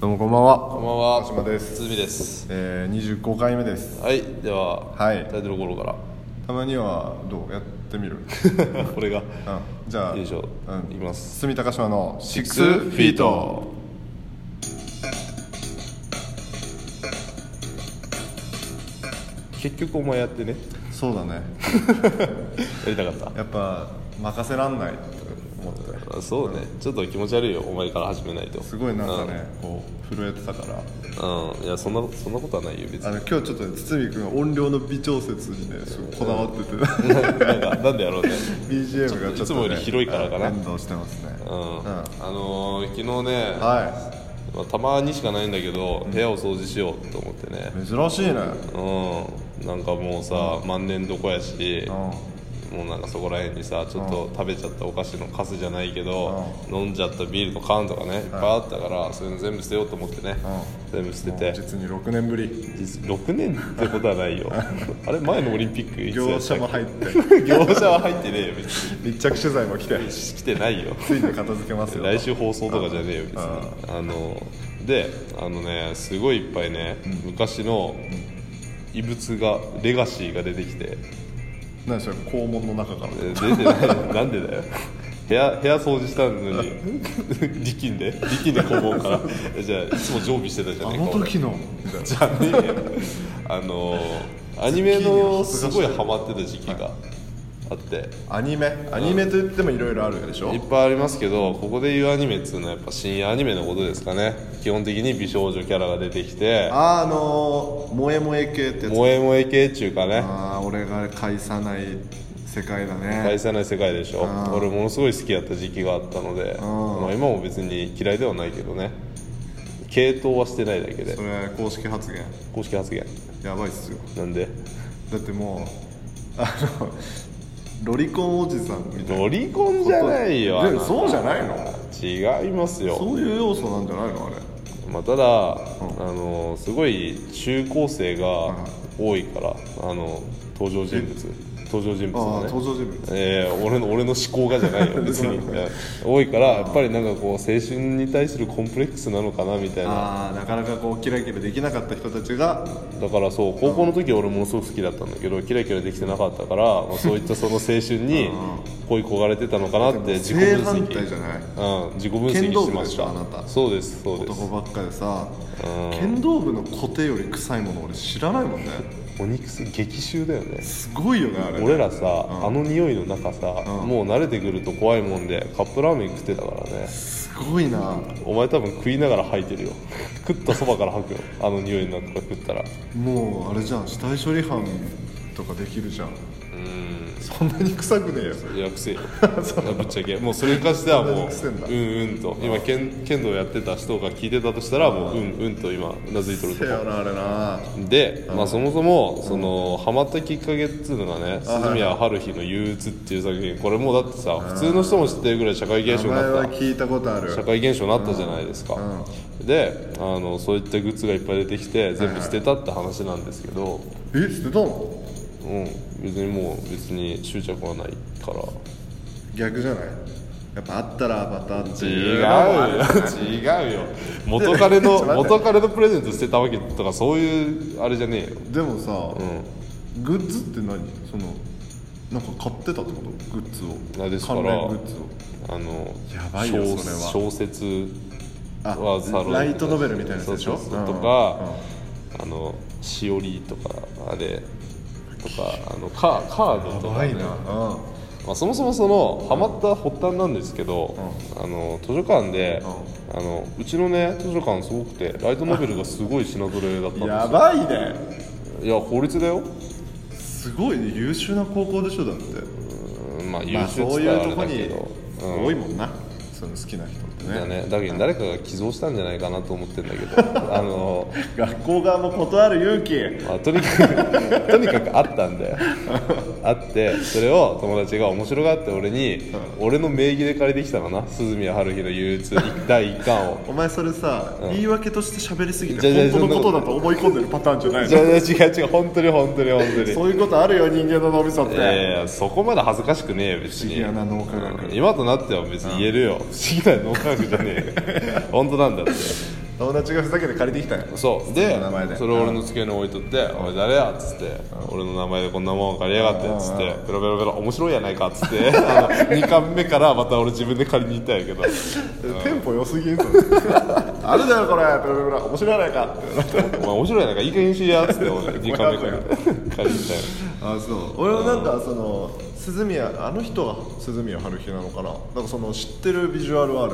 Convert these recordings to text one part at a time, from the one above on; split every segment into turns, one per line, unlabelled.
どうもこんばんは、
こんばんは。
川島です
鈴木です。
えー、25回目です
はい、では、
はい
タイトルゴロか
たまにはどうやって みる、うん、
ら。これが。
じゃあ
よいしょ
うん、
いきます
住高島のシックス
ス
フ
フ
ィ
ィ
ー
ー
ト
ト結局お前やってね。
そうだね
やりたかった。
やっぱ任せらんないと思って
あそうね、ちょっと気持ち悪いよお前から始めないと
すごいなんかね、こう震えてたから
うん、うんいやそんなそんなことはないよ別
あ
に
の今日ちょっとね堤君が音量の微調節にねすごいこだわってて
なんかなんでやろうね
BGM がちょっと、ね、
いつもより広いからかな
連動してますね
うん、
うん
あのー、昨日ね、
は
まあたまにしかないんだけど部屋を掃除しようと思ってね
い珍しいね
うんなんかもうさ万年床やしもうなんかそこら辺にさちょっと食べちゃったお菓子のカスじゃないけど飲んじゃったビールの缶とかねいっぱいあったからそういうの全部捨てようと思ってね全部捨て
うん、
て
実に6年ぶり
実6年ってことは ないよあれ前のオリンピックいつや
業
っ
者
た
も
っ
入って
け業者は入ってねえよ別に
密着取材も来て
来てないよ
ついに片付けますよ
来週放送とかじゃねえよ別にあのであのねすごいいっぱいね、昔の異物がレガシーが出てきて
何でしょう肛門の中から
え出てないなんでだよ部屋部屋掃除したのに力んで力んでこぼうからえじゃあいつも常備してたじゃ
あ
ねえ
の
か俺
時のみたいな
じゃねえよあのアニメのすごいハマってた時期があって
アニメアニメといってもいろいろあるでしょ
いっぱいありますけどここで言うアニメっつうのはやっぱ深夜アニメのことですかね基本的に美少女キャラが出てきて
あーあのー、萌え萌え系ってやつ
萌え萌え系っちゅうかね
ああ俺が介さない世界だ
返
ね
さない世界でしょ俺ものすごい好きやった時期があったのでまあ今も別に嫌いではないけどね系統はしてないだけで
それ公式発言
公式発言
やばいっすよ
なんで
だってもうあのロリコンおじさんみたいな
ロリコンじゃないよあ
で
な
そうじゃないの
た違いますよ
そういう要素なんじゃないのあれ
まあ、ただ、あのすごい中高生が多いから、あの登場人物登場人
ああ
物が
登
ね
場人物
えー俺の俺の思考がじゃないよ 別にいや多いからやっぱりなんかこう青春に対するコンプレックスなのかなみたいな
ああなかなかこうキラキラできなかった人たちが
だからそう高校の時は俺ものすごく好きだったんだけどキラキラできてなかったから、まあ、そういったその青春 に恋焦がれてたのかなって自己
正
分
反対じゃ
析
ない
うん、自己分析
剣道
し
部
ま
で
し
しょあな
た
た
そうですそうです
男ばっかでさ剣道部のコテより臭いもの俺知らないもんね
お肉す激臭だよね
すごいよねあれ
俺らさ、あの匂いの中さ、もう慣れてくると怖いもんでカップラーメン食ってたからね
すごいな
お前多分食いながら吐いてるよ 食ったそばから吐くよあの匂いの中から食ったら
もうあれじゃん死体処理班とかできるじゃんそんなに臭くねえよ
いやくせえよいやぶっちゃけもうそれに関してはもう
そんなにく
うんうんと今剣剣道やってた人が聞いてたとしたらもううんうんと今うなずいとると
せ
こ
やなあれな
で、まあ、そもそもその、ハマったきっかけっつうのがね「鈴宮春日の憂鬱」っていう作品これもうだってさ普通の人も知ってるぐらい社会現象
名
にな
前
った
は聞いたことある
社会現象になったじゃないですか、であのそういったグッズがいっぱい出てきて全部捨てたって話なんですけど、
え捨てたの
うん、別にもう別に執着はないから
逆じゃないやっぱあったらまたって
違
いうう
よ違うよ元彼
ちょっと
の
待って
元彼のプレゼント捨てたわけとかそういうあれじゃねえよ
でもさ、グッズって何そのなんか買ってたってことグッズを
あですから
関連グッズを
あの
やばいよ
小
それは
小説
あ
はサロン
ライトノベルみたいなやつでしょ
そうそうそう
うん
とか、あのしおりとかあれとかあのカーカードとか、ね、
うん
まあ、そもそもそのハマった発端なんですけど、あの図書館で、うあのうちのね図書館すごくてライトノベルがすごい品揃えだったんですよ
やばいね
いや法律だよ、
すごいね優秀な高校でしょだって
うん、まあ優
まあ
秀っ
そう
つっ
い
たら
う
あ
と
れ
こ
だけ
に
ど、
多いもんなその好きな人って
だ
ね
ねだけど誰かが寄贈したんじゃないかなと思ってんだけ どあの、
学校側も断る勇気
まあ、とにかくとにかくあったんだよあってそれを友達が面白がって俺に、俺の名義で借りてきたのな鈴宮春日の憂鬱第1巻を
お前それさ、言い訳として喋りすぎ
じゃあじゃ
て
あ
本当の
そ
こ
ん
と
な
だと思い込んでるパターンじゃない
じゃ
の
あ違う違う本当に本当に本当に
そういうことあるよ人間の脳みそって、
いやいやそこまで恥ずかしくねえよ別
不思
に
議やな脳科学
今となっては別に言えるよ不思議な脳科学じゃねえよ本当なんだって
友達がふざけて借りてきたんや
そうで
の名前で
それを俺の机に置いとって「おい誰や?」っつって「俺の名前でこんなもん借りやがって」っつって「ペロペロペロ面白いやないか」っつって あの2巻目からまた俺自分で借りに行ったんやけど
テンポ良すぎんぞ あるだろこれペロペロペロ面白いやないか って
「お前面白いやないかいい加減にしや」っつって 俺2巻目から借りに行ったんや
あそう 俺もなんかその鈴宮あの人は鈴宮春日なのかななんかその知ってるビジュアルある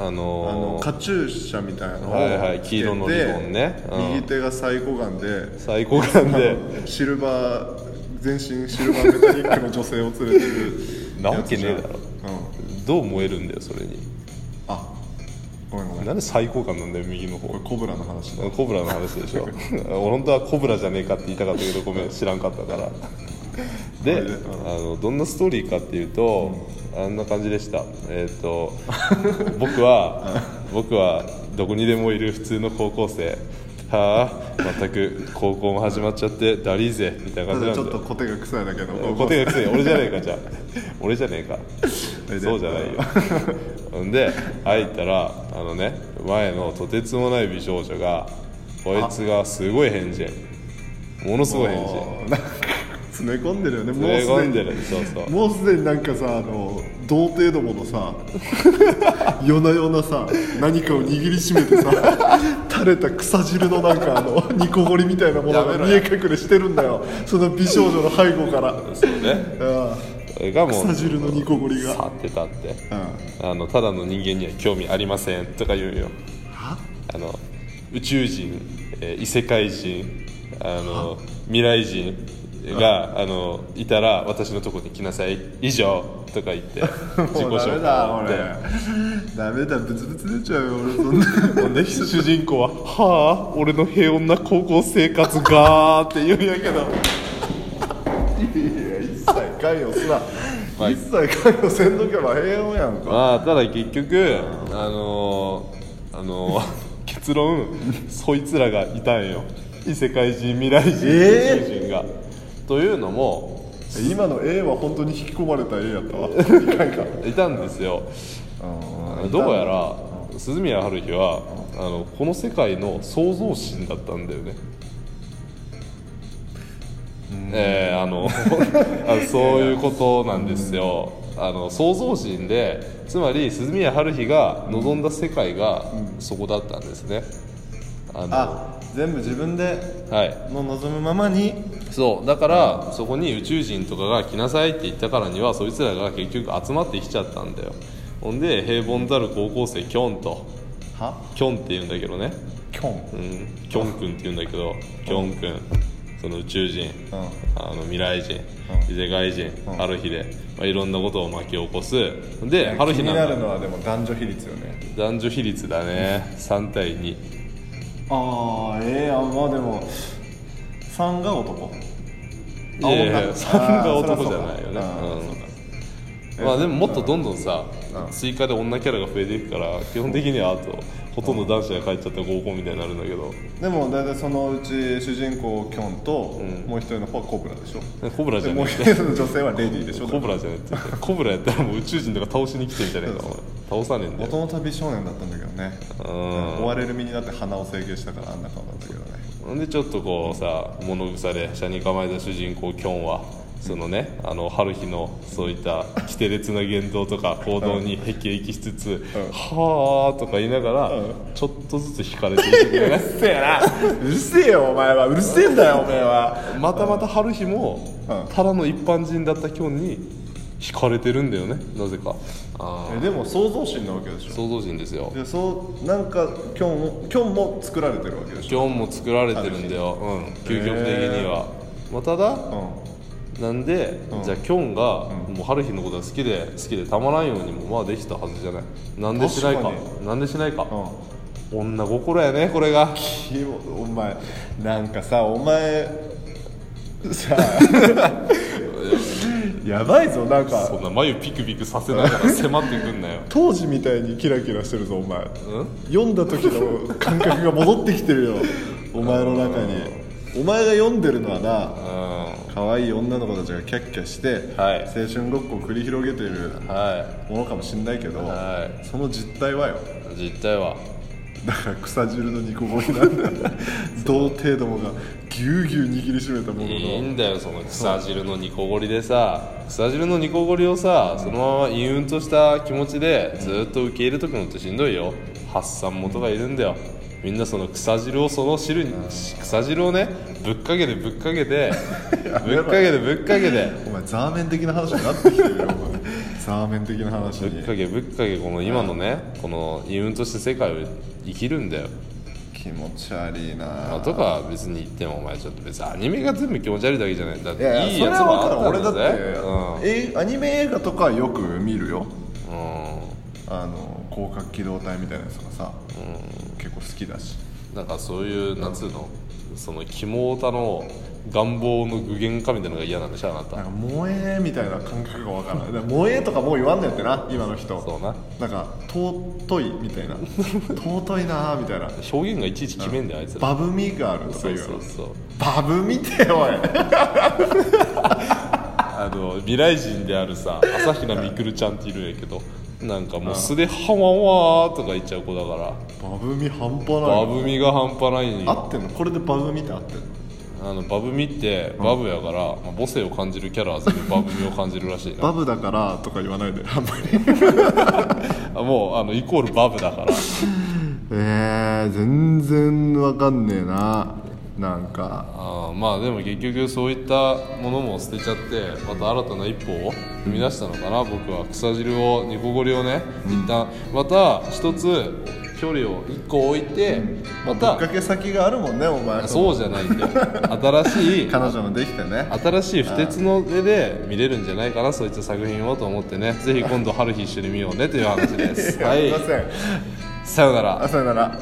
あ
あの
のー
カチューシャみたいなのを
はいはい黄色のリボン
着
ね
てて
うん
右手がサイコガンで
最高 感で
シルバー全身シルバーメタリックの女性を連れてる
なわけねえだろ
やつじゃんうん
どう燃えるんだよそれに
あごめんごめん
なんで最高感なんだよ右の方
これコブラの話だ
コブラの話でしょ 俺本当はコブラじゃねえかって言いたかったけどごめん知らんかったからであのどんなストーリーかっていうと、あんな感じでしたえっ、と 僕は僕はどこにでもいる普通の高校生はあ全く高校も始まっちゃってだりーぜみたいな
た
感じ
だ
なん
ちょ
だ
っ
よ
とコテが臭いだけど
固定がくせに俺じゃねえか じゃあ俺じゃねえか
で
そうじゃないよほんで入ったらあのね前のとてつもない美少女がこいつがすごい変人ものすごい変人
もうなんか詰め込んでるよねもう
詰め込
す
んで
で
る
に
そうそう
もうすでになんかさあの童貞どものさ 夜な夜なさ何かを握りしめてさ 垂れた草汁のなんかあの煮こごりみたいなもの
や
が
めろ
見え隠れしてるんだよその美少女の背後から
そうね
あ
それがもう
草汁の煮こごりが
去ってたって
あ
あのただの人間には興味ありませんとか言うよ
は
あの宇宙人、えー異世界人あの未来人があのいたら私のとこに来なさい以上とか言って 自己
もうダメだ
紹
俺
介
ダメだブツブツ出ちゃうよ俺そんな
でほんで主人公は「はあ俺の平穏な高校生活が」って言うんやけど
いや一切関与すな、
まあ
一切関与せんとけば平穏やんか
まあただ結局あのーあのー 結論そいつらがいたんよ異世界人未来人宇
え
宙人が、というのも
今の A は本当に引き込まれた A やったわ理解が
いたんですよどうやら鈴宮春日はあのこの世界の創造神だったんだよねえーあの あのそういうことなんですよあの創造神でつまり鈴宮春日が望んだ世界がそこだったんですねあの
あ全部自分で
はい
の望むままに
そうだからそこに宇宙人とかが来なさいって言ったからにはそいつらが結局集まってきちゃったんだよほんで平凡たる高校生キョンと
は
キョンって言うんだけどね
キョン
うんキョン君って言うんだけどキョン君その宇宙人、
うん
あの未来人、
う
異世界人、
うん
ある日で、まあ、いろんなことを巻き起こすで春
気
日
にな
な
る
んか
のはでも男女比率よね
男女比率だね3対2
ああええあまあでも3が男
いやいやいや
女あ
3が
ーそりゃ
男
そう
じゃ
だ
ないよね
あーそう
うんまあでももっとどんどんさ
うん
追加で女キャラが増えていくから基本的にはあとほとんど男子が帰っちゃった合コンみたいになるんだけど
でも大体そのうち主人公キョンと、もう一人の方はコブラでしょ
コブラじ
で
ゃね
もう
え
一人の女性はレディーでしょ
コブラじゃねえってコブラやったらもう宇宙人とか倒しに来てんじゃねえか
そう
お前倒さねえんだよ
元の旅少年だったんだけどね
うん
追われる身になって鼻を整形したからあんな顔なんだけどね
ほんでちょっとこうさ物腐れ車に構えた主人公キョンはそのねあの春日のそういった奇て烈な言動とか行動にへきへきしつつ「はあ」とか言いながら
ん
ちょっとずつ惹かれていくね
せえなうるせえよお前はうるせえんだよお前は
またまた春日も
うん
ただの一般人だったキョンに惹かれてるんだよねなぜかあ
えでも創造心なわけでし
ー
ょ
創造人ですよ
でそうなんかキョンキョンも作られてるわけでし
キ
ょ
ョンも作られてるんだよ、うん、究極的には、まあ、ただ、
う
なんで、じゃあキョンが、もう春日のことが好きで好きでたまらんようにもまあできたはずじゃないなんでしないか
確か
なんでしないか、
んうん
女心やねこれが
キモお前なんかさお前さ やばいぞなんか
そんな眉ピクピクさ せながら迫ってくんなよ
当時みたいにキラキラしてるぞお前
うん
読んだ時の感覚が戻ってきてる よお前の中にお前が読んでるのはな
うん
可愛い女の子たちがキャッキャして、
はい
青春ごっこを繰り広げている
は
ものかもしんないけど、
は
その実態はよ
い実態は
だから草汁の煮こごりなん だ童貞どもがぎゅうぎゅう握りしめたもの
いい
の
んだよその草汁の煮こごりでさ草汁の煮こごりをさそのまま陰雲とした気持ちでずっと受け入れとくのってしんどいよ発散元がいるんだよみんなその草汁をその汁に草汁をねぶっかけてぶっかけ てぶっかけてぶっかけて
お前ザーメン的な話になってきてるよお前ザーメン 的な話
ぶっ
に
かけぶっかけこの今のねこの陰雲として世界を生きるんだよ
気持ち悪いな
とか別に言ってもお前ちょっと別にアニメが全部気持ち悪いだけじゃないだ
いや
って
いや
いいやつ
それ
も
は分
あ
かる
ったんだぜ
俺だって、えアニメ映画とかはよく見るよ
うんうん
あの広角機動隊みたいなやつがさ、結構好きだし
なんかそういうなんつうのその肝オタの願望の具現化みたいなのが嫌なんでしょあな
なん
た
か萌えみたいな感覚がわから ないだから萌えとかもう言わんねんってな今の人
そうな
なんか尊いみた いな尊いなみたいな
表現がいちいち決めんだよあいつら
バブミがあるとか
そ
言
う
うか
そ
ら
うそう
バブ見てよ おい
あの未来人であるさ朝比奈みくるちゃんっているんやけどなんかもう素で「はわわ」とか言っちゃう子だから
バブミ半端ない
バブミが半端ない
合ってんのこれでバブミって合ってんの
あのバブミってバブやから、まあ母性を感じるキャラは全部バブミを感じるらしいな
バブだからとか言わないであんまり
あもうあのイコールバブだから
えー、全然わかんねえななんか
あーまあでも結局そういったものも捨てちゃってまた新たな一歩を踏み出したのかな僕は草汁を煮こごりをね一旦また一つ距離を一個置いてま
ぶったかけ先があるもんねお前
そうじゃないん だよ新し い
彼女もできてね
新しい不鉄の上で見れるんじゃないかなそういった作品をと思ってねぜひ今 度春日一緒に見ようねという話ですはい
すいません
さよなら
あさよなら